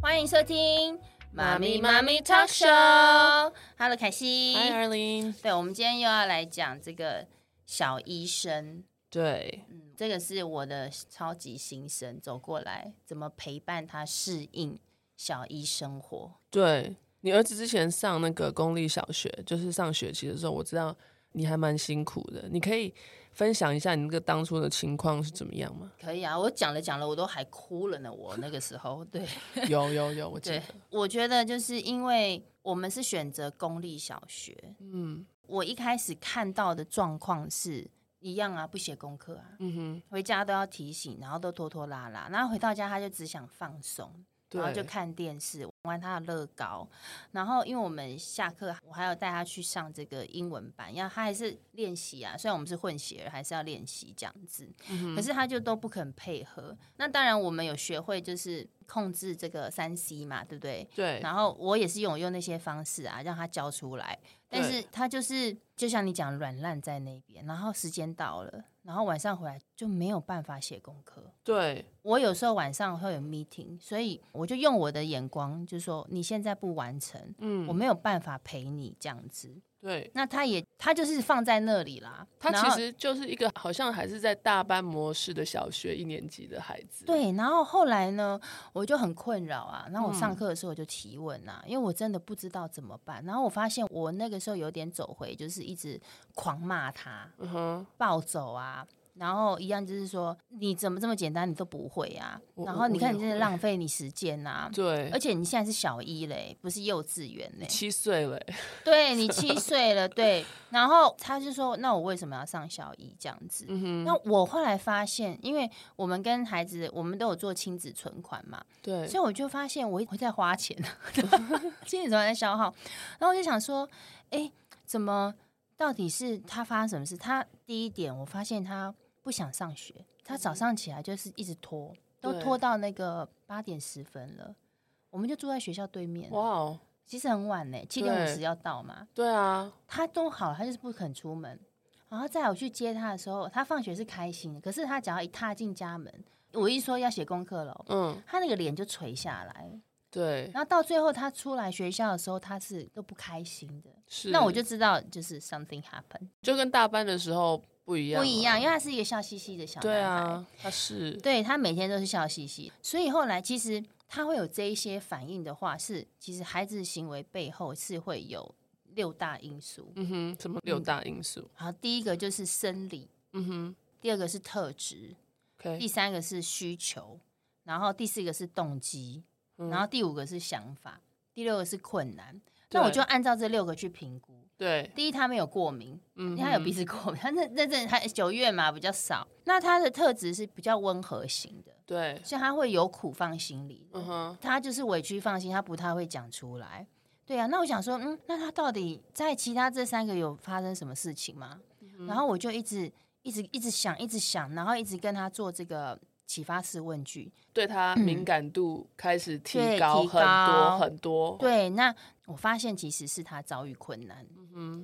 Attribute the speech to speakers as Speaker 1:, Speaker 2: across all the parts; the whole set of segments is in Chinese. Speaker 1: 欢迎收听《
Speaker 2: 妈
Speaker 1: 妈
Speaker 2: 咪
Speaker 1: 咪
Speaker 2: 妈
Speaker 1: 妈
Speaker 2: 咪
Speaker 1: 咪
Speaker 2: Talk
Speaker 1: Talk
Speaker 2: Show
Speaker 1: Show》。Hello，凯西。
Speaker 2: 嗨，二零，
Speaker 1: 对，我们今天又要来讲这个小医生。
Speaker 2: 对，
Speaker 1: 嗯，这个是我的超级心声，走过来怎么陪伴他适应小医生活。？
Speaker 2: 对你儿子之前上那个公立小学，就是上学期的时候，我知道你还蛮辛苦的。你可以分享一下你那个当初的情况是怎么样吗
Speaker 1: 可以啊，我讲了讲了，我都还哭了呢。我那个时候， 对，
Speaker 2: 有有有，我记
Speaker 1: 对
Speaker 2: 得，，
Speaker 1: 我觉得就是因为我们是选择公立小学，
Speaker 2: 嗯
Speaker 1: 我一开始看到的状况是一样啊，不写功课啊，
Speaker 2: 嗯哼，
Speaker 1: 回家都要提醒，然后都拖拖拉拉，然后回到家他就只想放松，
Speaker 2: 对，
Speaker 1: 然后就看电视，玩他的乐高。然后因为我们下课，我还有带他去上这个英文班，要他还是练习啊。虽然我们是混血儿，还是要练习这样子。
Speaker 2: 嗯
Speaker 1: 可是他就都不肯配合。那当然，我们有学会就是控制这个三 C 嘛，对不对？
Speaker 2: 对，
Speaker 1: 然后我也是有用那些方式啊，让他教出来，但
Speaker 2: 对
Speaker 1: 是他就是就像你讲软烂在那边，然后时间到了，然后晚上回来就没有办法写功课。
Speaker 2: 对，
Speaker 1: 我有时候晚上会有 meeting，所以我就用我的眼光，就说你现在不完成，
Speaker 2: 嗯，
Speaker 1: 我没有办法陪你这样子。
Speaker 2: 对。
Speaker 1: 那他也他就是放在那里啦，
Speaker 2: 他
Speaker 1: 然后
Speaker 2: 其实就是一个好像还是在大班模式的小学一年级的孩子，
Speaker 1: 对，然后后来呢，我就很困扰啊。然后我
Speaker 2: 嗯
Speaker 1: 上课的时候我就提问啊，因为我真的不知道怎么办。然后我发现我那个时候有点走回，就是一直狂骂他、
Speaker 2: 嗯哼，
Speaker 1: 暴走啊，然后一样就是说你怎么这么简单你都不会啊
Speaker 2: 我，
Speaker 1: 然
Speaker 2: 我
Speaker 1: 后你
Speaker 2: 我
Speaker 1: 看
Speaker 2: 也
Speaker 1: 你真的
Speaker 2: 会
Speaker 1: 浪费你时间啊。
Speaker 2: 对
Speaker 1: 而，且你现在是小一嘞，不是幼稚园嘞，
Speaker 2: 七岁了欸，
Speaker 1: 对你七岁了，对。然后他就说：“那我为什么要上小一这样
Speaker 2: 嗯
Speaker 1: 子？”那我后来发现，因为我们跟孩子，我们都有做亲子存款嘛，
Speaker 2: 对
Speaker 1: 所以我就发现我一直在花钱， 亲子存款在消耗。然后我就想说，哎，怎么到底是他发生什么事？他第一点，我发现他不想上学，他早上起来就是一直拖，都
Speaker 2: 嗯对
Speaker 1: 拖到那个八点十分了。我们就住在学校对面，
Speaker 2: 哇哦，
Speaker 1: 其实很晚呢，七点五
Speaker 2: 对
Speaker 1: 十要到嘛。
Speaker 2: 对啊，
Speaker 1: 他都好了，他就是不肯出门。然后在我去接他的时候，他放学是开心的，可是他只要一踏进家门，我一说要写功课了，
Speaker 2: 嗯，
Speaker 1: 他那个脸就垂下来。
Speaker 2: 对，
Speaker 1: 然后到最后他出来学校的时候，他是都不开心的。
Speaker 2: 是。
Speaker 1: 那我就知道就是 something happened，
Speaker 2: 就跟大班的时候不一样，啊
Speaker 1: 不一样，，因为他是一个笑嘻嘻的小男孩。
Speaker 2: 对啊，他是
Speaker 1: 对他每天都是笑嘻嘻，所以后来其实他会有这一些反应的话，是其实孩子行为背后是会有六大因素。
Speaker 2: 嗯哼，什么六大因素，
Speaker 1: 好，第一个就是生理，
Speaker 2: 嗯哼
Speaker 1: 第二个是特质，第
Speaker 2: ，OK，
Speaker 1: 三个是需求，然后第四个是动机，
Speaker 2: 嗯
Speaker 1: 然后第五个是想法，第六个是困难。
Speaker 2: 对
Speaker 1: 那我就按照这六个去评估。
Speaker 2: 对，
Speaker 1: 第一，他没有过敏，
Speaker 2: 嗯
Speaker 1: 他有
Speaker 2: 哼
Speaker 1: 鼻子过敏， 他那那阵他九月嘛比较少，那他的特质是比较温和型的，
Speaker 2: 对，
Speaker 1: 所以他会有苦放心里，
Speaker 2: 嗯哼，
Speaker 1: 他就是委屈放心，他不太会讲出来。对啊，那我想说，嗯，那他到底在其他这三个有发生什么事情吗？然后我就一直一直一直想，一直想，然后一直跟他做这个启发式问句。
Speaker 2: 对他敏感度开始提
Speaker 1: 对
Speaker 2: 高
Speaker 1: 提
Speaker 2: 很
Speaker 1: 高
Speaker 2: 多很多，
Speaker 1: 对，那我发现其实是他遭遇困难。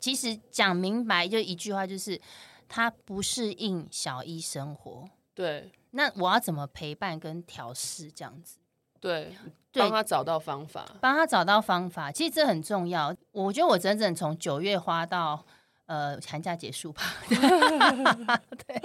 Speaker 1: 其实讲明白就一句话，就是他不适应小一生活。
Speaker 2: 对
Speaker 1: 那我要怎么陪伴跟调试这样子？
Speaker 2: 对，
Speaker 1: 对
Speaker 2: 帮他找到方法，
Speaker 1: 帮他找到方法，其实这很重要。我觉得我整整从九月花到呃寒假结束吧， 对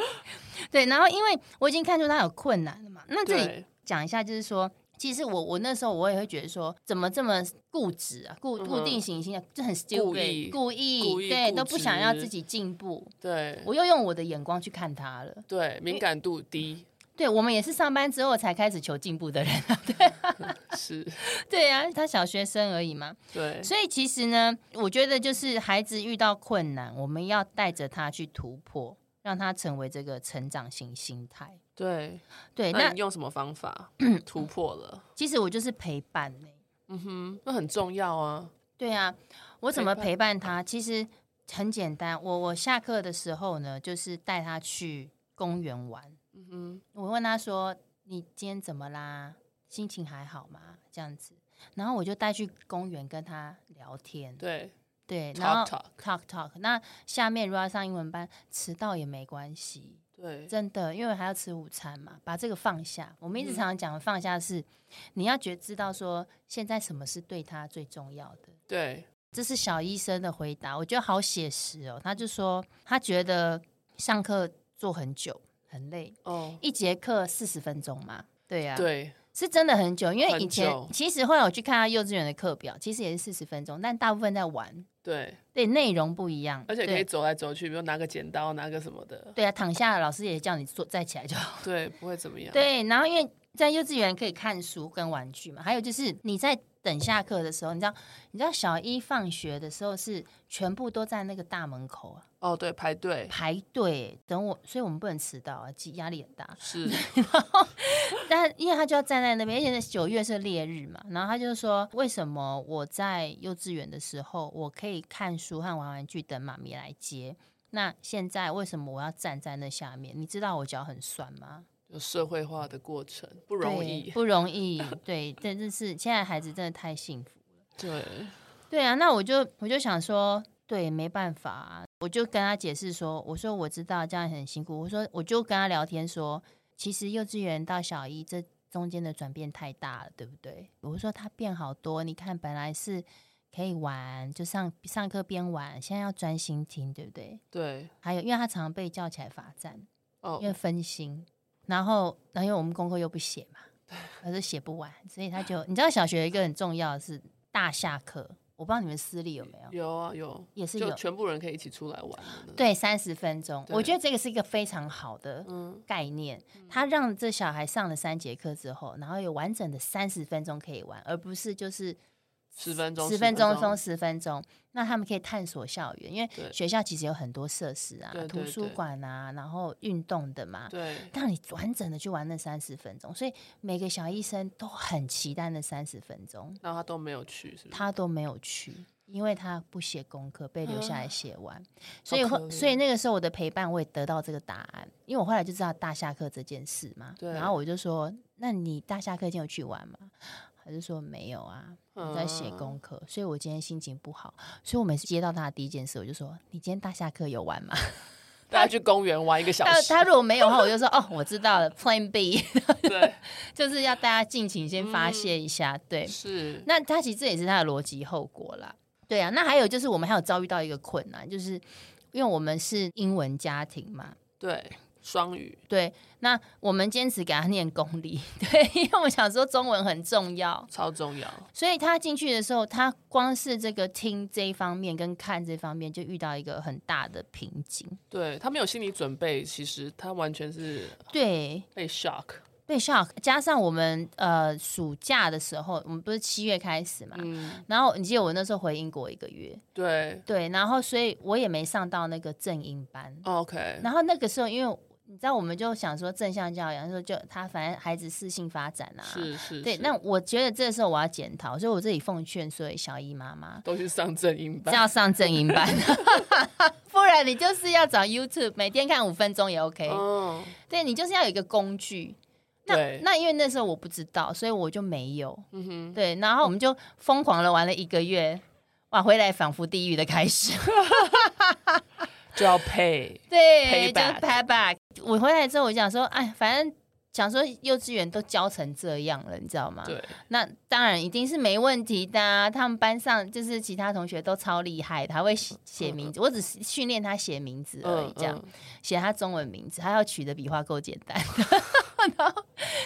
Speaker 1: 对。然后因为我已经看出他有困难了嘛，那这里
Speaker 2: 对
Speaker 1: 讲一下，就是说，其实我我那时候我也会觉得说，怎么这么固执啊，固
Speaker 2: 嗯哼
Speaker 1: 固定型性就很 stupid，
Speaker 2: 意
Speaker 1: 故意
Speaker 2: 故意
Speaker 1: 对
Speaker 2: 固
Speaker 1: 都不想
Speaker 2: 执
Speaker 1: 要自己进步。
Speaker 2: 对
Speaker 1: 我又用我的眼光去看他了。
Speaker 2: 对，敏感度低
Speaker 1: 对我们也是上班之后才开始求进步的人，
Speaker 2: 是，
Speaker 1: 对啊，他小学生而已嘛。
Speaker 2: 对
Speaker 1: 所以其实呢，我觉得就是孩子遇到困难，我们要带着他去突破，让他成为这个成长型心态。
Speaker 2: 对，
Speaker 1: 对，
Speaker 2: 那
Speaker 1: 那
Speaker 2: 你用什么 方法突破了？
Speaker 1: 其实我就是陪伴、欸、
Speaker 2: 嗯哼，那很重要啊，
Speaker 1: 对啊，我怎么
Speaker 2: 陪
Speaker 1: 陪伴他？其实很简单，我我下课的时候呢，就是带他去公园玩。
Speaker 2: 嗯哼，
Speaker 1: 我问他说：“你今天怎么啦？心情还好吗？”这样子，然后我就带去公园跟他聊天。
Speaker 2: 对
Speaker 1: 对，然后
Speaker 2: ，talk talk，
Speaker 1: talk talk。那下面如果要上英文班，迟到也没关系，
Speaker 2: 对，
Speaker 1: 真的，因为还要吃午餐嘛，把这个放下。我们
Speaker 2: 嗯
Speaker 1: 一直常常讲的放下是，你要觉知到说现在什么是对他最重要的。
Speaker 2: 对，
Speaker 1: 这是小医生的回答，我觉得好写实哦。他就说他觉得上课做很久很累，
Speaker 2: 哦，
Speaker 1: 一节课四十分钟嘛，对呀、啊，
Speaker 2: 对，
Speaker 1: 是真的很久。因为以
Speaker 2: 很
Speaker 1: 前
Speaker 2: 久
Speaker 1: 其实后来我去看他幼稚园的课表，其实也是四十分钟，但大部分在玩，
Speaker 2: 对，
Speaker 1: 对内容不一样，
Speaker 2: 而且可以
Speaker 1: 对
Speaker 2: 走来走去，比如拿个剪刀，拿个什么的，
Speaker 1: 对啊，躺下老师也叫你坐再起来就好。
Speaker 2: 对，不会怎么样。，
Speaker 1: 对，然后因为在幼稚园可以看书跟玩具嘛，还有就是你在等下课的时候，你知道，你知道小一放学的时候是全部都在那个大门口啊
Speaker 2: 哦，对，排队
Speaker 1: 排队等我，所以我们不能迟到啊，挤压力很大。
Speaker 2: 是，
Speaker 1: 但因为他就要站在那边，而且那九月是烈日嘛，然后他就说，为什么我在幼稚园的时候我可以看书和玩玩具等妈咪来接？那现在为什么我要站在那下面？你知道我脚很酸吗？
Speaker 2: 有社会化的过程不
Speaker 1: 对，
Speaker 2: 容易。
Speaker 1: 不容易。对，真的是现在孩子真的太幸福。
Speaker 2: 对，
Speaker 1: 对啊，那我就我就想说，对，没办法、啊，我就跟他解释说，我说我知道这样很辛苦，我说我就跟他聊天说，其实幼稚园到小一这中间的转变太大了，对不对？我说他变好多，你看本来是。可以玩，就上上课边玩，现在要专心听，对不对？
Speaker 2: 对，
Speaker 1: 还有，因为他常被叫起来罚站，
Speaker 2: 哦
Speaker 1: 因，为分心，然后然后因为我们功课又不写 嘛，可是写不完，所以他就你知道小学有一个很重要的是大下课，我不知道你们私立有没有，
Speaker 2: 有啊有，
Speaker 1: 也是
Speaker 2: 就
Speaker 1: 有
Speaker 2: 全部人可以一起出来玩的呢。
Speaker 1: 对三十分钟，
Speaker 2: 对
Speaker 1: 我觉得这个是一个非常好的
Speaker 2: 嗯，
Speaker 1: 概念，他让这小孩上了三节课之后，然后有完整的三十分钟可以玩，而不是就是
Speaker 2: 十分钟，
Speaker 1: 十分钟松十分钟，那他们可以探索校园，因为
Speaker 2: 对
Speaker 1: 学校其实有很多设施啊
Speaker 2: 对，对
Speaker 1: 图书
Speaker 2: 对
Speaker 1: 馆啊，然后运动的嘛，
Speaker 2: 对，
Speaker 1: 让你完整的去玩那三十分钟，所以每个小医生都很期待那三十分钟，
Speaker 2: 然后他都没有去，是不是？
Speaker 1: 他都没有去，因为他不写功课，被留下来写完，所以
Speaker 2: 啊好可
Speaker 1: 后所以
Speaker 2: 怜
Speaker 1: 那个时候我的陪伴我也得到这个答案，因为我后来就知道大下课这件事嘛，
Speaker 2: 对
Speaker 1: 然后我就说，那你大下课今天有去玩吗？他就说没有啊，我在写功课，所以我今天心情不好，所以我每次接到他的第一件事，我就说，你今天大下课有玩吗？
Speaker 2: 大家去公园玩一个小
Speaker 1: 他
Speaker 2: 时，
Speaker 1: 他如果没有的话，我就说哦，我知道了，Plan B。
Speaker 2: 对，
Speaker 1: 就是要大家尽情先发泄一下。对，
Speaker 2: 是，
Speaker 1: 那他其实这也是他的逻辑后果啦。对啊，那还有就是我们还有遭遇到一个困难，就是因为我们是英文家庭嘛。
Speaker 2: 对，双语，
Speaker 1: 对，那我们坚持给他念公立， 对，因为我想说中文很重要，
Speaker 2: 超重要，
Speaker 1: 所以他进去的时候，他光是这个听这一方面跟看这方面就遇到一个很大的瓶颈。
Speaker 2: 对他没有心理准备，其实他完全是
Speaker 1: 对，
Speaker 2: 被 shock，
Speaker 1: 被 shock，加上我们呃暑假的时候，我们不是七月开始嘛，
Speaker 2: 嗯，
Speaker 1: 然后你记得我那时候回英国一个月，
Speaker 2: 对
Speaker 1: 对，然后所以我也没上到那个正音班。
Speaker 2: ，OK，
Speaker 1: 然后那个时候，因为你知道，我们就想说正向教养，说就他反正孩子适性发展啊。
Speaker 2: 是是，
Speaker 1: 对，
Speaker 2: 是
Speaker 1: 那我觉得这时候我要检讨，所以我这里奉劝所有小姨妈妈，
Speaker 2: 都去上正音
Speaker 1: 这
Speaker 2: 班，
Speaker 1: 要上正音 班，不然你就是要找 YouTube 每天看五分钟也 OK、
Speaker 2: 嗯，
Speaker 1: 对你就是要有一个工具。那
Speaker 2: 对
Speaker 1: 那因为那时候我不知道，所以我就没有。
Speaker 2: 嗯哼，
Speaker 1: 对，然后我们就疯狂的玩了一个月，哇，回来仿佛地狱的开始。
Speaker 2: 就要配，
Speaker 1: 对，就
Speaker 2: Payback
Speaker 1: pay back。我回来之后，我想说，哎，反正想说幼稚园都教成这样了，你知道吗？
Speaker 2: 对，
Speaker 1: 那当然一定是没问题的、啊。他们班上就是其他同学都超厉害的，还会写写名字。我只是训练他写名字而已，这样
Speaker 2: 嗯
Speaker 1: 写、他中文名字，他要取的笔画够简单。 然后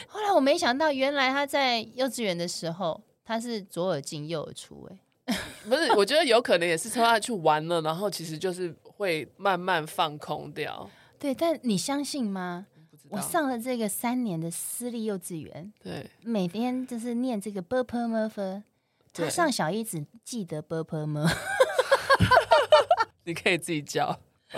Speaker 1: 后来我没想到，原来他在幼稚园的时候他是左耳进右耳出、哎。
Speaker 2: 不是，我觉得有可能也是说他去玩了，然后其实就是会慢慢放空掉。
Speaker 1: 对，但你相信吗？
Speaker 2: 不知道
Speaker 1: 我上了这个三年的私立幼稚园，
Speaker 2: 对
Speaker 1: 每天就是念这个 b u r p l e m u r p h
Speaker 2: 对
Speaker 1: 他上小一只记得 b u r p l e m u r
Speaker 2: 你可以自己教，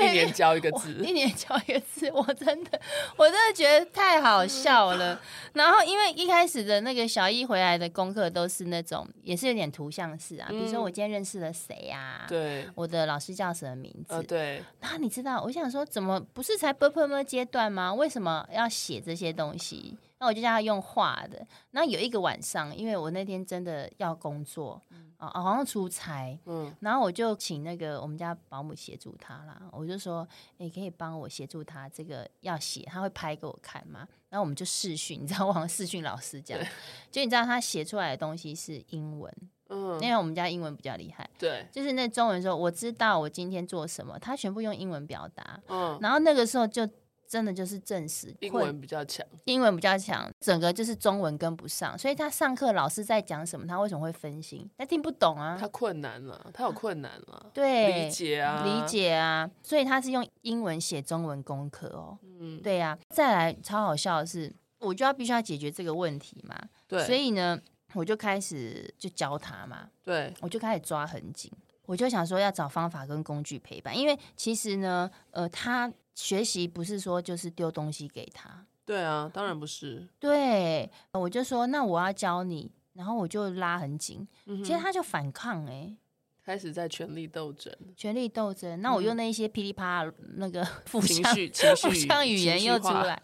Speaker 2: 一年教一个字
Speaker 1: 一，年教一次，我真的我真的觉得太好笑了。然后因为一开始的那个小一回来的功课都是那种也是有点图像式啊，比如说
Speaker 2: 嗯
Speaker 1: 我今天认识了谁啊，
Speaker 2: 对，
Speaker 1: 我的老师叫什么名
Speaker 2: 呃，
Speaker 1: 字。
Speaker 2: 对，
Speaker 1: 然后你知道，我想说，怎么不是才 b u r p l e m u r 阶段吗？为什么要写这些东西？那我就叫他用画的。那有一个晚上，因为我那天真的要工作啊、啊好像出差，
Speaker 2: 嗯，
Speaker 1: 然后我就请那个我们家保姆协助他啦。我就说，你、可以帮我协助他这个要写，他会拍给我看吗？然后我们就视讯，你知道，我好像视讯老师这样，就你知道他写出来的东西是英文，
Speaker 2: 嗯，
Speaker 1: 因为我们家英文比较厉害，
Speaker 2: 对，
Speaker 1: 就是那中文说我知道我今天做什么，他全部用英文表达。
Speaker 2: 嗯，
Speaker 1: 然后那个时候就真的就是证实
Speaker 2: 英
Speaker 1: 会
Speaker 2: 文比较强，
Speaker 1: 英文比较强，整个就是中文跟不上，所以他上课老师在讲什么，他为什么会分心？他听不懂啊，
Speaker 2: 他困难了，他有困难了，
Speaker 1: 对
Speaker 2: 理解啊，
Speaker 1: 理，解啊，所以他是用英文写中文功课哦。
Speaker 2: 嗯，
Speaker 1: 对呀、啊，再来超好笑的是，我就要必须要解决这个问题嘛，
Speaker 2: 对，
Speaker 1: 所以呢，我就开始就教他嘛，
Speaker 2: 对，
Speaker 1: 我就开始抓很紧，我就想说要找方法跟工具陪伴，因为其实呢，呃，他学习不是说就是丢东西给他，
Speaker 2: 对啊，当然不是，
Speaker 1: 对，呃我就说那我要教你，然后我就拉很紧，
Speaker 2: 嗯哼
Speaker 1: 其实他就反抗哎、
Speaker 2: 开始在权力斗争，
Speaker 1: 权力斗争，那我用那一些噼里啪啦那 个负
Speaker 2: 嗯情
Speaker 1: 向
Speaker 2: 绪情绪
Speaker 1: 负向语言
Speaker 2: 情绪
Speaker 1: 又出
Speaker 2: 化
Speaker 1: 来，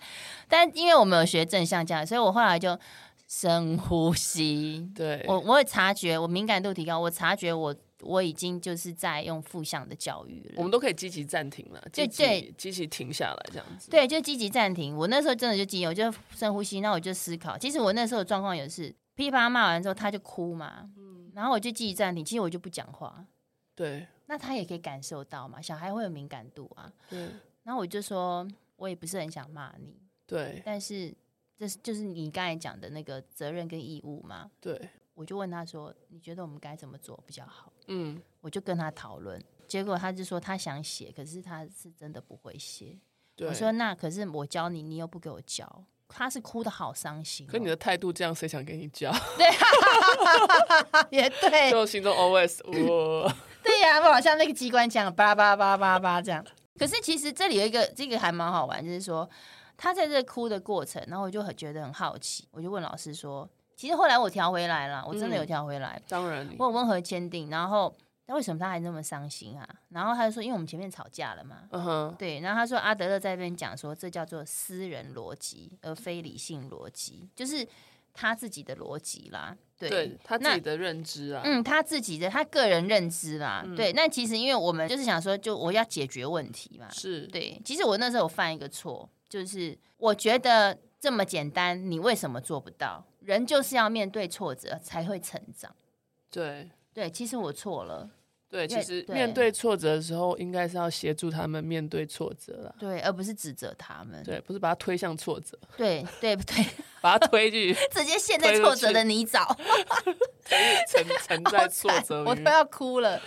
Speaker 1: 但因为我们有学正向教育，所以我后来就深呼吸，
Speaker 2: 对，
Speaker 1: 我我也察觉我敏感度提高，我察觉我我已经就是在用负向的教育
Speaker 2: 我
Speaker 1: 了。
Speaker 2: 们都可以积极暂停了，积
Speaker 1: 对
Speaker 2: 极积极停下来这样子。
Speaker 1: 对，就积极暂停。我那时候真的就积极，我就深呼吸，那我就思考。其实我那时候的状况也是，噼里啪啦骂完之后他就哭嘛，
Speaker 2: 嗯
Speaker 1: 然后我就积极暂停。其实我就不讲话，
Speaker 2: 对
Speaker 1: 那他也可以感受到嘛，小孩会有敏感度啊。
Speaker 2: 对
Speaker 1: 然后我就说，我也不是很想骂你，
Speaker 2: 对
Speaker 1: 但是这是就是你刚才讲的那个责任跟义务嘛。
Speaker 2: 对，
Speaker 1: 我就问他说，你觉得我们该怎么做比较好？
Speaker 2: 嗯，
Speaker 1: 我就跟他讨论，结果他就说他想写，可是他是真的不会写。
Speaker 2: 对
Speaker 1: 我。说那可是我教你，你又不给我教。他是哭的好伤心、哦，
Speaker 2: 可你的态度这样，谁想给你教？
Speaker 1: 也 对
Speaker 2: 就心 中 OS，我
Speaker 1: 对呀、我好像那个机关枪，叭叭叭叭叭这样。可是其实这里有一个，这个还蛮好玩，就是说他在这哭的过程，然后我就很觉得很好奇，我就问老师说，其实后来我调回来了，我真的
Speaker 2: 嗯
Speaker 1: 有调回来，
Speaker 2: 当然你
Speaker 1: 我有温和坚定，然后那为什么他还那么伤心啊？然后他就说，因为我们前面吵架了嘛。
Speaker 2: 嗯哼，
Speaker 1: 对，然后他说阿德勒在那边讲说，这叫做私人逻辑，而非理性逻辑，就是他自己的逻辑啦。对，
Speaker 2: 对他自
Speaker 1: 那
Speaker 2: 己的认知啊，
Speaker 1: 嗯，他自己的他个人认知啦。
Speaker 2: 嗯
Speaker 1: 对，那其实因为我们就是想说，就我要解决问题嘛。
Speaker 2: 是，
Speaker 1: 对，其实我那时候有犯一个错，就是我觉得这么简单，你为什么做不到？人就是要面对挫折才会成长。
Speaker 2: 对
Speaker 1: 对，其实我错了。
Speaker 2: 对，
Speaker 1: 因
Speaker 2: 其
Speaker 1: 为
Speaker 2: 实
Speaker 1: 对
Speaker 2: 面对挫折的时候，应该是要协助他们面对挫折啦。
Speaker 1: 对，而不是指责他们。
Speaker 2: 对，不是把他推向挫折，
Speaker 1: 对对对，
Speaker 2: 把他推去
Speaker 1: 直接陷在
Speaker 2: 推出
Speaker 1: 挫折
Speaker 2: 去
Speaker 1: 的泥沼。
Speaker 2: 沉沉在挫折
Speaker 1: 我
Speaker 2: 里
Speaker 1: 都
Speaker 2: 面。
Speaker 1: 要哭了。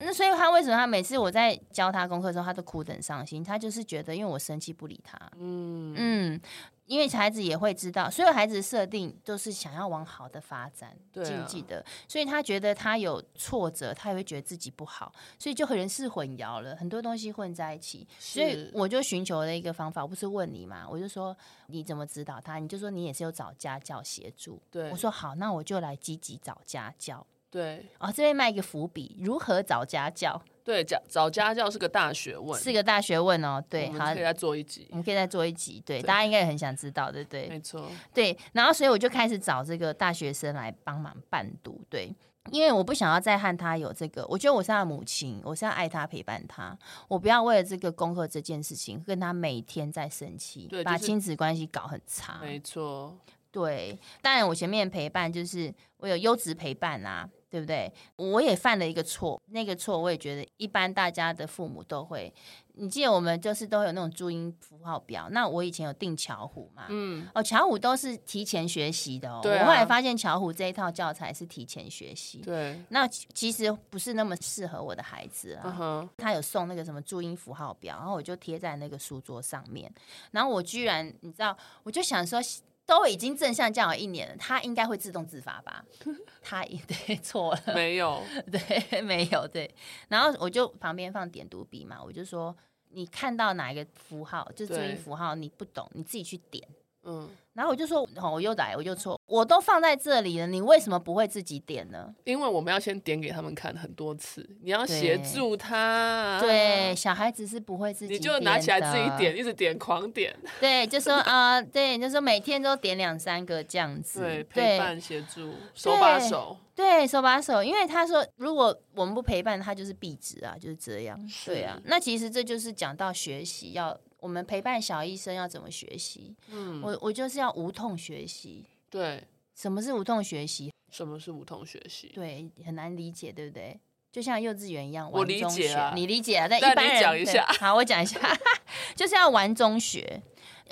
Speaker 1: 那所以他为什么他每次我在教他功课的时候，他都哭得很伤心？他就是觉得因为我生气不理他，嗯嗯，因为孩子也会知道，所有孩子的设定都是想要往好的发展，
Speaker 2: 对啊
Speaker 1: 记不记得？所以他觉得他有挫折，他也会觉得自己不好，所以就和人事混淆了，很多东西混在一起。所以
Speaker 2: 是
Speaker 1: 我就寻求了一个方法，我不是问你嘛，我就说你怎么指导他？你就说你也是有找家教协助。
Speaker 2: 对
Speaker 1: 我说好，那我就来积极找家教。
Speaker 2: 对
Speaker 1: 哦，这边卖一个伏笔，如何找家教
Speaker 2: 对，找找家教是个大学问，
Speaker 1: 是个大学问哦。对，
Speaker 2: 我
Speaker 1: 好嗯
Speaker 2: 们，可以再做一集
Speaker 1: 我，们可以再做一集，对，大家应该也很想知道，对不对？
Speaker 2: 没错，
Speaker 1: 对，然后所以我就开始找这个大学生来帮忙伴读，对。因为我不想要再和他有这个，我觉得我是他的母亲，我是要爱他陪伴他，我不要为了这个功课这件事情跟他每天在生气，
Speaker 2: 对
Speaker 1: 把
Speaker 2: 就是
Speaker 1: 亲子关系搞很差。
Speaker 2: 没错，
Speaker 1: 对，当然我前面陪伴就是我有优质陪伴啊，对不对？我也犯了一个错，那个错我也觉得一般大家的父母都会。你记得我们就是都有那种注音符号表，那我以前有定巧虎嘛，
Speaker 2: 嗯，
Speaker 1: 哦，巧虎都是提前学习的哦。
Speaker 2: 对啊
Speaker 1: 我后来发现巧虎这一套教材是提前学习，
Speaker 2: 对，
Speaker 1: 那其其实不是那么适合我的孩子啊。
Speaker 2: 嗯 哼，
Speaker 1: 他有送那个什么注音符号表，然后我就贴在那个书桌上面。然后我居然，你知道，我就想说，都已经正向教养一年了，他应该会自动自发吧？ 他也对错了，
Speaker 2: 没有，
Speaker 1: 对，没有对。然后我就旁边放点读笔嘛，我就说，你看到哪一个符号，就是注
Speaker 2: 对
Speaker 1: 音符号，你不懂，你自己去点。
Speaker 2: 嗯，
Speaker 1: 然后我就说，哦，我又来，我又错，我都放在这里了，你为什么不会自己点呢？
Speaker 2: 因为我们要先点给他们看很多次，你要协
Speaker 1: 对
Speaker 2: 助他，
Speaker 1: 对，，小孩子是不会自己，
Speaker 2: 啊你就拿起来自己点，。一直点，狂点，
Speaker 1: 对，就说啊、对，就说每天都点两三个这样子，
Speaker 2: 对，
Speaker 1: 对，
Speaker 2: 陪伴协助，手把手，
Speaker 1: 对，手把手，因为他说如果我们不陪伴，他就是壁纸啊，就是这样。对啊，那其实这就是讲到学习，要我们陪伴小医生要怎么学习。
Speaker 2: 嗯，
Speaker 1: 我我就是要无痛学习。
Speaker 2: 对，
Speaker 1: 什么是无痛学习？
Speaker 2: 什么是无痛学习？
Speaker 1: 对，很难理解，对不对？就像幼稚园一样，
Speaker 2: 我
Speaker 1: 玩
Speaker 2: 理
Speaker 1: 中
Speaker 2: 解
Speaker 1: 学
Speaker 2: 啊
Speaker 1: 你理解啊？但
Speaker 2: 但
Speaker 1: 一般
Speaker 2: 你
Speaker 1: 人
Speaker 2: 讲一
Speaker 1: 对
Speaker 2: 下
Speaker 1: 好，我讲一下， 就是要玩中学。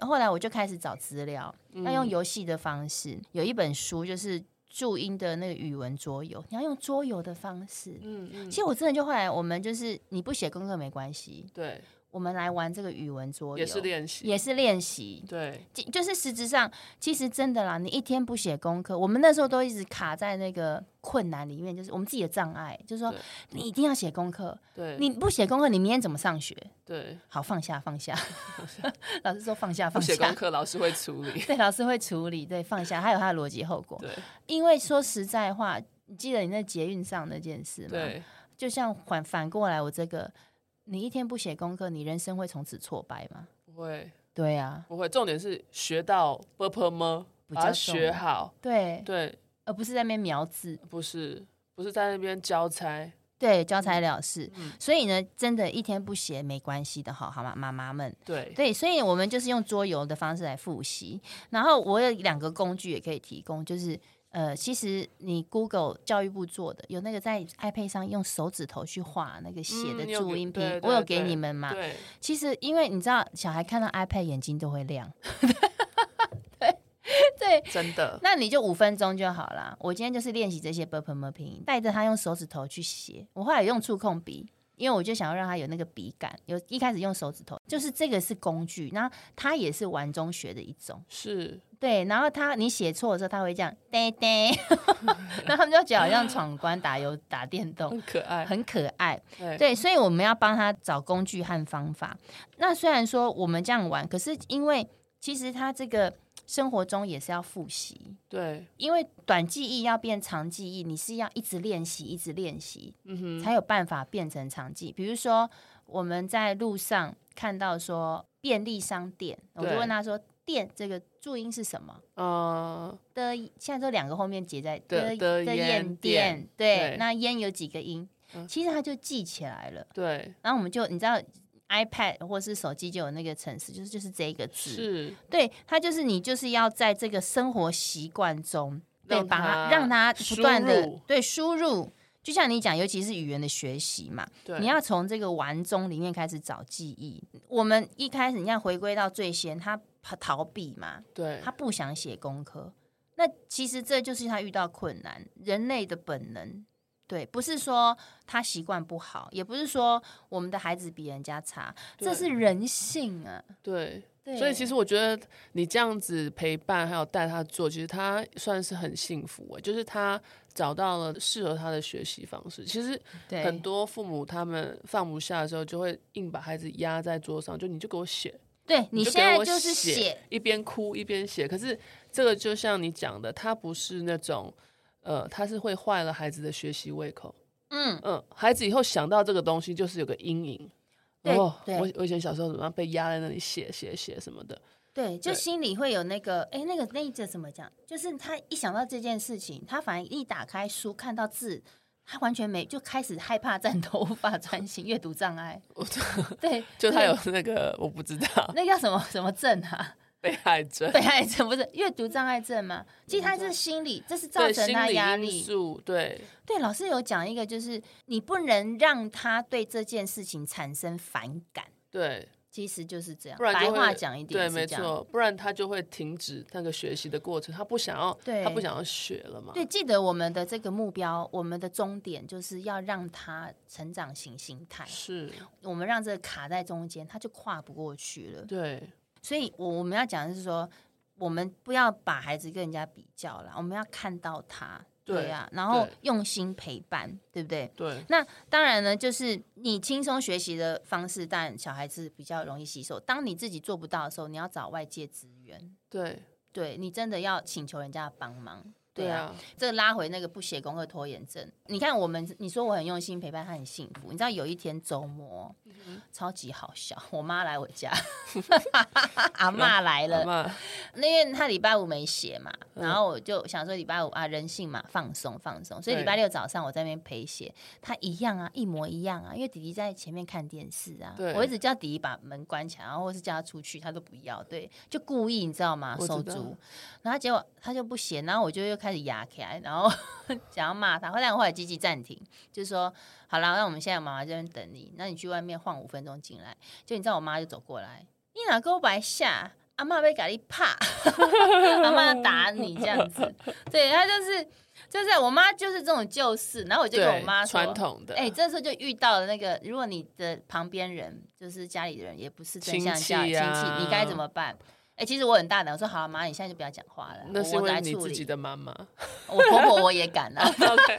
Speaker 1: 后来我就开始找资料，
Speaker 2: 嗯
Speaker 1: 要用游戏的方式。有一本书就是注音的那个语文桌游，你要用桌游的方式。
Speaker 2: 嗯嗯
Speaker 1: 其，实我真的就后来，我们就是你不写功课没关系，
Speaker 2: 对，
Speaker 1: 我们来玩这个语文桌游，
Speaker 2: 也是练习，
Speaker 1: 也是练习，
Speaker 2: 对，
Speaker 1: 就就是实质上，其实真的啦，你一天不写功课，我们那时候都一直卡在那个困难里面，就是我们自己的障碍，就是说
Speaker 2: 对
Speaker 1: 你一定要写功课，
Speaker 2: 对，
Speaker 1: 你不写功课，你明天怎么上学？
Speaker 2: 对，
Speaker 1: 好，放下，放 下， 老师说放下，
Speaker 2: 不
Speaker 1: 放
Speaker 2: 写功
Speaker 1: 下。
Speaker 2: 课老师会处
Speaker 1: ，
Speaker 2: 理
Speaker 1: 对，老师会处理，对，放下，还有他的逻辑后果。
Speaker 2: 对
Speaker 1: 因为说实在话，你记得你那捷运上那件事吗？
Speaker 2: 对，
Speaker 1: 就像反反过来，我这个，你一天不写功课，你人生会从此挫败吗？
Speaker 2: 不会
Speaker 1: 对呀、
Speaker 2: 不会，重点是学到 b p m，
Speaker 1: 比
Speaker 2: 把它
Speaker 1: 较
Speaker 2: 学
Speaker 1: 重
Speaker 2: 好，
Speaker 1: 对，
Speaker 2: 对，
Speaker 1: 而不是在那边描字，
Speaker 2: 不是不是在那边交差，
Speaker 1: 对，交
Speaker 2: 嗯
Speaker 1: 差了事。所以呢，真的一天不写没关系的，好好吗？妈妈们，
Speaker 2: 对
Speaker 1: 对，所以我们就是用桌游的方式来复习。然后我有两个工具也可以提供，就是呃，其实你 Google 教育部做的有那个在 iPad 上用手指头去画那个写
Speaker 2: 嗯
Speaker 1: 的
Speaker 2: 你有
Speaker 1: 注
Speaker 2: 给
Speaker 1: 音拼，
Speaker 2: 对对
Speaker 1: 我有
Speaker 2: 对
Speaker 1: 给你们嘛？
Speaker 2: 对，
Speaker 1: 其实，因为你知道，小孩看到 iPad 眼睛都会 亮。对，
Speaker 2: 真的，
Speaker 1: 那你就五分钟就好啦。我今天就是练习这些 b u r p m 拼音，带着他用手指头去写。我后来有用触控笔，因为我就想要让他有那个笔感。有一开始用手指头，就是这个是工具，那它也是玩中学的一种。
Speaker 2: 是
Speaker 1: 对，然后他你写错的时候，他会这样呆呆， 那他们就觉得好像闯关、打游、打电动，
Speaker 2: 很可爱，
Speaker 1: 很可爱。
Speaker 2: 对
Speaker 1: 对，所以我们要帮他找工具和方法。那虽然说我们这样玩，可是因为其实他这个生活中也是要复习，
Speaker 2: 对，
Speaker 1: 因为短记忆要变长记忆，你是要一直练习，一直练习，
Speaker 2: 嗯哼，
Speaker 1: 才有办法变成长记忆。比如说，我们在路上看到说便利商店，我就
Speaker 2: 对
Speaker 1: 问他说“店”这个注音是什么？
Speaker 2: 嗯，
Speaker 1: 的现在都两个后面结在
Speaker 2: 的的烟
Speaker 1: 烟
Speaker 2: 店
Speaker 1: 店，对，
Speaker 2: 对
Speaker 1: 那烟有几个音？
Speaker 2: 嗯
Speaker 1: 其实他就记起来了。
Speaker 2: 对，
Speaker 1: 然后我们就你知道，iPad 或是手机就有那个程式，就是就是这一个字，
Speaker 2: 是
Speaker 1: 对，它就是你就是要在这个生活习惯中，对，
Speaker 2: 让
Speaker 1: 把
Speaker 2: 它
Speaker 1: 它让它
Speaker 2: 输
Speaker 1: 不断的
Speaker 2: 入
Speaker 1: 对输入。就像你讲，尤其是语言的学习嘛，
Speaker 2: 对，
Speaker 1: 你要从这个玩中里面开始找记忆。我们一开始你要回归到最先，他他逃避嘛，
Speaker 2: 对
Speaker 1: 他不想写功课。那其实这就是他遇到困难，人类的本能。对，不是说他习惯不好，也不是说我们的孩子比人家差，
Speaker 2: 对
Speaker 1: 这是人性啊。
Speaker 2: 对。
Speaker 1: 对，
Speaker 2: 所以其实我觉得你这样子陪伴还有带他做，其实他算是很幸福诶、就是他找到了适合他的学习方式。其实
Speaker 1: 对
Speaker 2: 很多父母他们放不下的时候，就会硬把孩子压在桌上，就你就给我写，
Speaker 1: 对你
Speaker 2: 就
Speaker 1: 现
Speaker 2: 给
Speaker 1: 在
Speaker 2: 我
Speaker 1: 就是
Speaker 2: 写
Speaker 1: 写，，
Speaker 2: 一边哭一边写。可是这个就像你讲的，他不是那种。呃，他是会坏了孩子的学习胃口。
Speaker 1: 嗯，
Speaker 2: 嗯，孩子以后想到这个东西，就是有个阴影。
Speaker 1: 对
Speaker 2: 哦，
Speaker 1: 对
Speaker 2: 我我以前小时候怎么样被压在那里写写写什么的。
Speaker 1: 对，就
Speaker 2: 对
Speaker 1: 心里会有那个，哎，那个那一个怎么讲？就是他一想到这件事情，他反而一打开书看到字，他完全没就开始害怕 战斗，无法专心，阅读障碍。 对，
Speaker 2: 就他
Speaker 1: 对
Speaker 2: 有那个我不知道
Speaker 1: 那叫什么什么症 啊？
Speaker 2: 被害症，
Speaker 1: 被害症不是阅读障碍症吗？其实他是心理，这是造
Speaker 2: 对
Speaker 1: 成
Speaker 2: 心
Speaker 1: 他
Speaker 2: 理
Speaker 1: 压
Speaker 2: 因
Speaker 1: 力。
Speaker 2: 素，对
Speaker 1: 对，老师有讲一个，就是你不能让他对这件事情产生反感，
Speaker 2: 对，
Speaker 1: 其实就是这样。
Speaker 2: 不然
Speaker 1: 白
Speaker 2: 就会
Speaker 1: 话讲一
Speaker 2: 对，
Speaker 1: 点，
Speaker 2: 没。错，不然他就会停止那个学习的过程，他不想要，
Speaker 1: 对
Speaker 2: 他不想要学了嘛，
Speaker 1: 对，记得我们的这个目标，我们的终点就是要让他成长型心态。
Speaker 2: 是，
Speaker 1: 我们让这个卡在中间，他就跨不过去了。
Speaker 2: 对
Speaker 1: 所以，我我们要讲的是说，我们不要把孩子跟人家比较啦，我们要看到他，
Speaker 2: 对
Speaker 1: 对啊，然后
Speaker 2: 对
Speaker 1: 用心陪伴，对不对？
Speaker 2: 对
Speaker 1: 那当然呢，就是你轻松学习的方式，但小孩子比较容易吸收。当你自己做不到的时候，你要找外界资源。源，
Speaker 2: 对
Speaker 1: 对你真的要请求人家帮忙。对
Speaker 2: 对
Speaker 1: 啊，
Speaker 2: 啊，
Speaker 1: 这拉回那个不写功课拖延症。你看我们，你说我很用心陪伴他，很幸福。你知道有一天周末，
Speaker 2: 嗯
Speaker 1: 超级好笑，我妈来我 家，阿妈来了，
Speaker 2: 嘛，
Speaker 1: 那因为他礼拜五没写嘛，
Speaker 2: 嗯
Speaker 1: 然后我就想说礼拜五啊，人性嘛，放松放松，所以
Speaker 2: 对
Speaker 1: 礼拜六早上我在那边陪写，他一样啊，一模一样啊，因为弟弟在前面看电视啊
Speaker 2: 对，
Speaker 1: 我一直叫弟弟把门关起来，然后或是叫他出去，他都不要，对，就故意你知道吗？
Speaker 2: 我知道
Speaker 1: 手足，然后结果他就不写，然后我就又开始压起来，然后 想要骂他，后来我后来积极暂停，就说好了，那我们现在妈妈这边等你，那你去外面晃五分钟进来，就你知道我妈就走过来，你哪给我白下？阿妈被咖喱 怕，阿妈要打你这样子，对她就是就是我妈就是这种旧事，然后我就跟我
Speaker 2: 对
Speaker 1: 妈，说
Speaker 2: 传，统的，
Speaker 1: 哎、这时候就遇到了那个，如果你的旁边人就是家里的人也不是真相教
Speaker 2: 亲
Speaker 1: 亲
Speaker 2: 戚
Speaker 1: 戚，
Speaker 2: 啊
Speaker 1: 你该怎么办？哎、其实我很大胆，我说好、啊，妈，你现在就不要讲话了，
Speaker 2: 那是
Speaker 1: 我
Speaker 2: 因
Speaker 1: 我来
Speaker 2: 为你
Speaker 1: 处
Speaker 2: 自己
Speaker 1: 理。
Speaker 2: 的妈妈。
Speaker 1: 我婆婆我也敢啊，
Speaker 2: OK，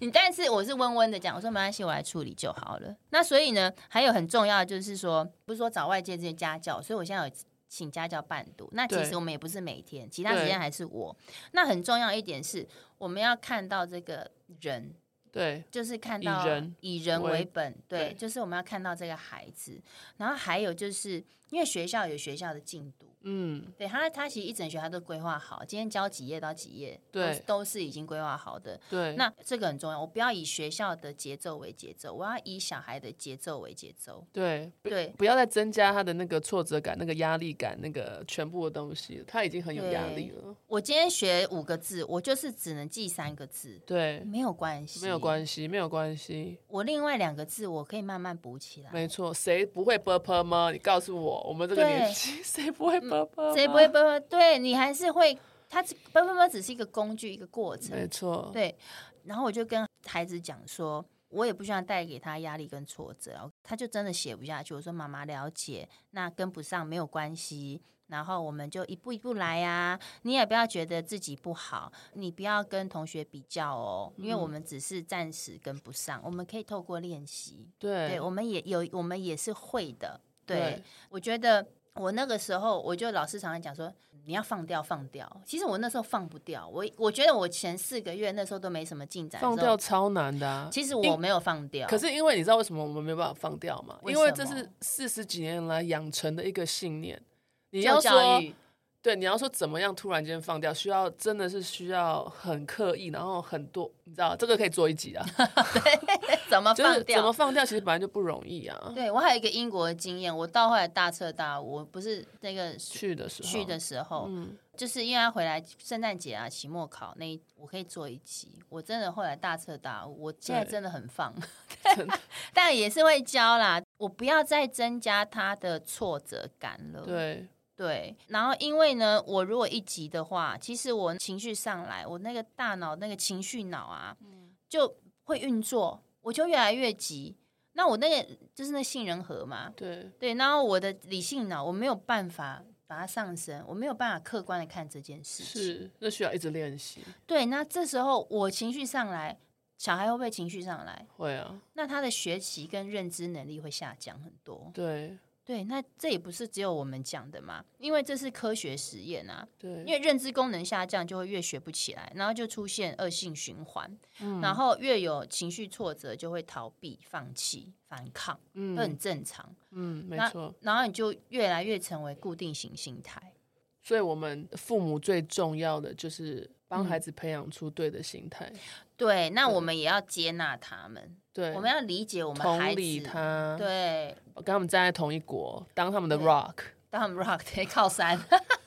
Speaker 1: 你但是我是温温的讲，我说没关系，我来处理就好了。那所以呢，还有很重要的就是说，不是说找外界这些家教，所以我现在有请家教伴读。那其
Speaker 2: 对
Speaker 1: 实我们也不是每天，其他
Speaker 2: 对
Speaker 1: 时间还是我。那很重要一点是，我们要看到这个人，
Speaker 2: 对
Speaker 1: 就是看
Speaker 2: 以
Speaker 1: 到
Speaker 2: 人
Speaker 1: 以人
Speaker 2: 为
Speaker 1: 为本，对，
Speaker 2: 对
Speaker 1: 就是我们要看到这个孩子。然后还有就是，因为学校有学校的进度，
Speaker 2: 嗯，
Speaker 1: 对他，他其实一整学他都规划好，今天教几页到几页，都
Speaker 2: 对
Speaker 1: 是都是已经规划好的。
Speaker 2: 对，
Speaker 1: 那这个很重要，我不要以学校的节奏为节奏，我要以小孩的节奏为节奏。
Speaker 2: 对不
Speaker 1: 对
Speaker 2: 不要再增加他的那个挫折感、那个压力感、那个全部的东西，他已经很有压力了。
Speaker 1: 我今天学五个字，我就是只能记三个字，
Speaker 2: 对，
Speaker 1: 没有关系，
Speaker 2: 没有
Speaker 1: 系。
Speaker 2: 关系，没有关系，
Speaker 1: 我另外两个字我可以慢慢补起来。
Speaker 2: 没错。谁不会 purple 吗？你告诉我，我们这个
Speaker 1: 对嗯
Speaker 2: 年纪 谁不会 purple？
Speaker 1: 谁不会？啵啵？对你还是会，它只啵啵啵只是一个工具，一个过程。
Speaker 2: 没错，
Speaker 1: 对，然后我就跟孩子讲说，我也不希望带给他压力跟挫折，哦他就真的写不下去。我说妈妈了解，那跟不上没有关系。然后我们就一步一步来啊，你也不要觉得自己不好，你不要跟同学比较哦，因为我们只是暂时跟不上，我们可以透过练习，对，
Speaker 2: 对
Speaker 1: 我们也有，我们也是会的。对，
Speaker 2: 对
Speaker 1: 我觉得我那个时候，我就老师常常讲说，你要放掉，放掉。其实我那时候放不掉，我我觉得我前四个月那时候都没什么进展，
Speaker 2: 放掉。超难的啊。
Speaker 1: 其实我没有放掉，
Speaker 2: 可是因为你知道为什么我们没有办法放掉吗？
Speaker 1: 为
Speaker 2: 因为
Speaker 1: 什
Speaker 2: 这
Speaker 1: 么
Speaker 2: 是四十几年来养成的一个信念。你
Speaker 1: 你
Speaker 2: 要说对，你要说怎么样突然间放掉，需要真的是需要很刻意，然后很多，你知道这个可以做一集 啊，
Speaker 1: 怎么
Speaker 2: 就是
Speaker 1: 放
Speaker 2: 怎么
Speaker 1: 掉？
Speaker 2: 放掉，其实本来就不容易啊。
Speaker 1: 对我还有一个英国的经验，我到后来大彻大悟，我不是那个
Speaker 2: 去的时候，
Speaker 1: 去的时候，
Speaker 2: 嗯
Speaker 1: 就是因为他回来圣诞节啊、期末考那一，我可以做一期。我真的后来大彻大悟，我现在
Speaker 2: 对
Speaker 1: 真的很放，
Speaker 2: 真的
Speaker 1: 但也是会教啦。我不要再增加他的挫折感了。
Speaker 2: 对
Speaker 1: 对然后因为呢，我如果一急的话，其实我情绪上来，我那个大脑那个情绪脑啊，
Speaker 2: 嗯
Speaker 1: 就会运作，我就越来越急。那我那个就是那杏仁核嘛，
Speaker 2: 对
Speaker 1: 对，然后我的理性脑我没有办法把它上升，我没有办法客观的看这件事情。
Speaker 2: 是，那需要一直练习，
Speaker 1: 对，那这时候我情绪上来，小孩会不会情绪上来？
Speaker 2: 会啊，
Speaker 1: 那他的学习跟认知能力会下降很多。
Speaker 2: 对
Speaker 1: 对，那这也不是只有我们讲的嘛，因为这是科学实验啊。因
Speaker 2: 对
Speaker 1: 为认知功能下降，就会越学不起来，然后就出现恶性循环，
Speaker 2: 嗯
Speaker 1: 然后越有情绪挫折，就会逃避、放弃、反抗，
Speaker 2: 嗯
Speaker 1: 这很正常。
Speaker 2: 嗯，没
Speaker 1: 那
Speaker 2: 错。
Speaker 1: 然后你就越来越成为固定型心态。
Speaker 2: 所以我们父母最重要的就是
Speaker 1: 嗯
Speaker 2: 帮孩子培养出对的心态，
Speaker 1: 对，那我们也要接纳他们，
Speaker 2: 对，
Speaker 1: 我们要理解我们
Speaker 2: 同
Speaker 1: 孩
Speaker 2: 理
Speaker 1: 子，
Speaker 2: 他，
Speaker 1: 对，
Speaker 2: 跟他们站在同一国，当他们的
Speaker 1: 对
Speaker 2: rock，
Speaker 1: 当他们 rock 的靠山，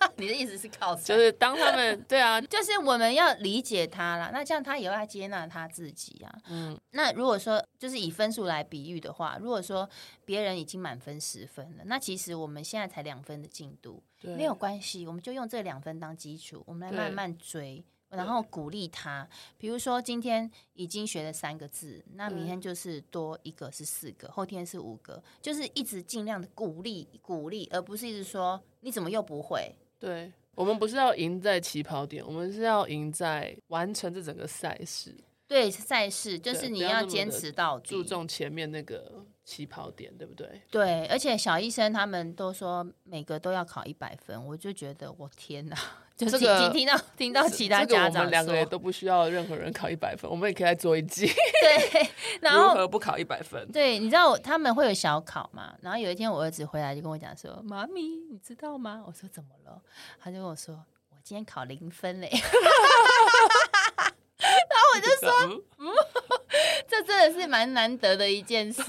Speaker 1: 你的意思是靠山，
Speaker 2: 就是当他们 对啊，
Speaker 1: 就是我们要理解他啦，那这样他也要接纳他自己啊。嗯，那如果说就是以分数来比喻的话，如果说别人已经满分十分了，那其实我们现在才两分的进度，
Speaker 2: 对
Speaker 1: 没有关系，我们就用这两分当基础，我们来
Speaker 2: 对
Speaker 1: 慢慢追。然后鼓励他，比如说今天已经学了三个字，那明天就是多一个是四个，后天是五个，就是一直尽量的鼓励鼓励，而不是一直说你怎么又不会，
Speaker 2: 对，我们不是要赢在起跑点，我们是要赢在完成这整个赛事，
Speaker 1: 对赛事，就是
Speaker 2: 对
Speaker 1: 你
Speaker 2: 不要那
Speaker 1: 要
Speaker 2: 么
Speaker 1: 坚
Speaker 2: 的
Speaker 1: 持到底，
Speaker 2: 注重前面那个起跑点，对不对？
Speaker 1: 对，而且小医生他们都说每个都要考一百分，我就觉得我天哪！ 就
Speaker 2: 这
Speaker 1: 是
Speaker 2: 个
Speaker 1: 听听到听到其他
Speaker 2: 这个
Speaker 1: 家
Speaker 2: 我
Speaker 1: 长说，
Speaker 2: 们两个也都不需要任何人考一百分，我们也可以来做一季，
Speaker 1: 对，然
Speaker 2: 如
Speaker 1: 后
Speaker 2: 何不考一百分？
Speaker 1: 对，你知道我他们会有小考嘛？然后有一天我儿子回来就跟我讲说：“妈咪，你知道吗？”我说：“怎么了？”他就跟我说：“我今天考零分嘞。”
Speaker 2: 我就 说，
Speaker 1: 这真的是蛮难得的一件事。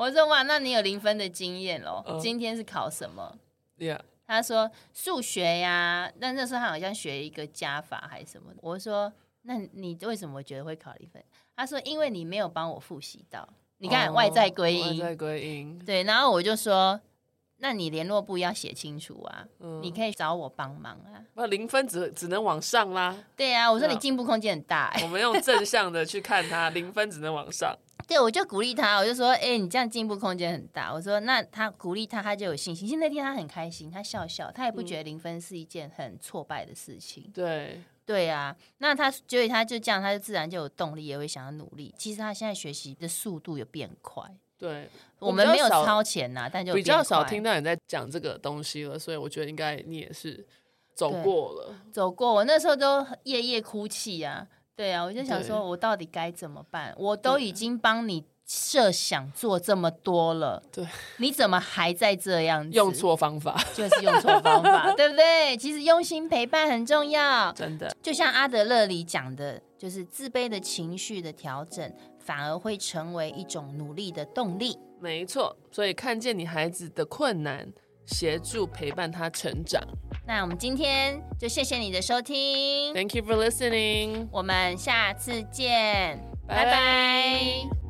Speaker 1: 我说哇，那你有零分的经验咯。
Speaker 2: 嗯
Speaker 1: 今天是考什么？
Speaker 2: yeah，
Speaker 1: 他说数学呀，但那时候他好像学一个加法还是什么的。我说那你为什么觉得会考零分？他说因为你没有帮我复习到。你看、
Speaker 2: 哦
Speaker 1: 外在归
Speaker 2: 外
Speaker 1: 因，
Speaker 2: 在归因，
Speaker 1: 对。然后我就说，那你联络部要写清楚啊，
Speaker 2: 嗯
Speaker 1: 你可以找我帮忙啊。
Speaker 2: 那零分只只能往上啦，
Speaker 1: 对啊，我说
Speaker 2: 嗯
Speaker 1: 你进步空间很大、欸，
Speaker 2: 我们用正向的去看它， 零分只能往上，
Speaker 1: 对，我就鼓励他，我就说，哎、你这样进步空间很大。我说，那他鼓励他，他就有信心。其实那天他很开心，他笑笑，他也不
Speaker 2: 嗯
Speaker 1: 觉得零分是一件很挫败的事情。
Speaker 2: 对，
Speaker 1: 对啊，那他所以他就这样，他就自然就有动力，也会想要努力。其实他现在学习的速度有变快，
Speaker 2: 对，
Speaker 1: 我们没有
Speaker 2: 比较少
Speaker 1: 超前呐、但就有
Speaker 2: 比较
Speaker 1: 变
Speaker 2: 少
Speaker 1: 快啊
Speaker 2: 听到你在讲这个东西了，所以我觉得应该你也是走
Speaker 1: 对
Speaker 2: 过了。
Speaker 1: 走过。我那时候都夜夜哭泣啊，对啊，我就想说，
Speaker 2: 对
Speaker 1: 我到底该怎么办？我都
Speaker 2: 对
Speaker 1: 已经帮你设想做这么多了，
Speaker 2: 对，
Speaker 1: 你怎么还在这样子？
Speaker 2: 用错方法，
Speaker 1: 就是用错方 法，对不对？其实用心陪伴很重要，
Speaker 2: 真的，
Speaker 1: 就像阿德勒里讲的，就是自卑的情绪的调整，反而会成为一种努力的动力。
Speaker 2: 没错。所以看见你孩子的困难，协助陪伴他成长。
Speaker 1: 那我们今天就谢谢你的收听，
Speaker 2: Thank you for listening.
Speaker 1: 我们下次见，
Speaker 2: 拜
Speaker 1: 拜拜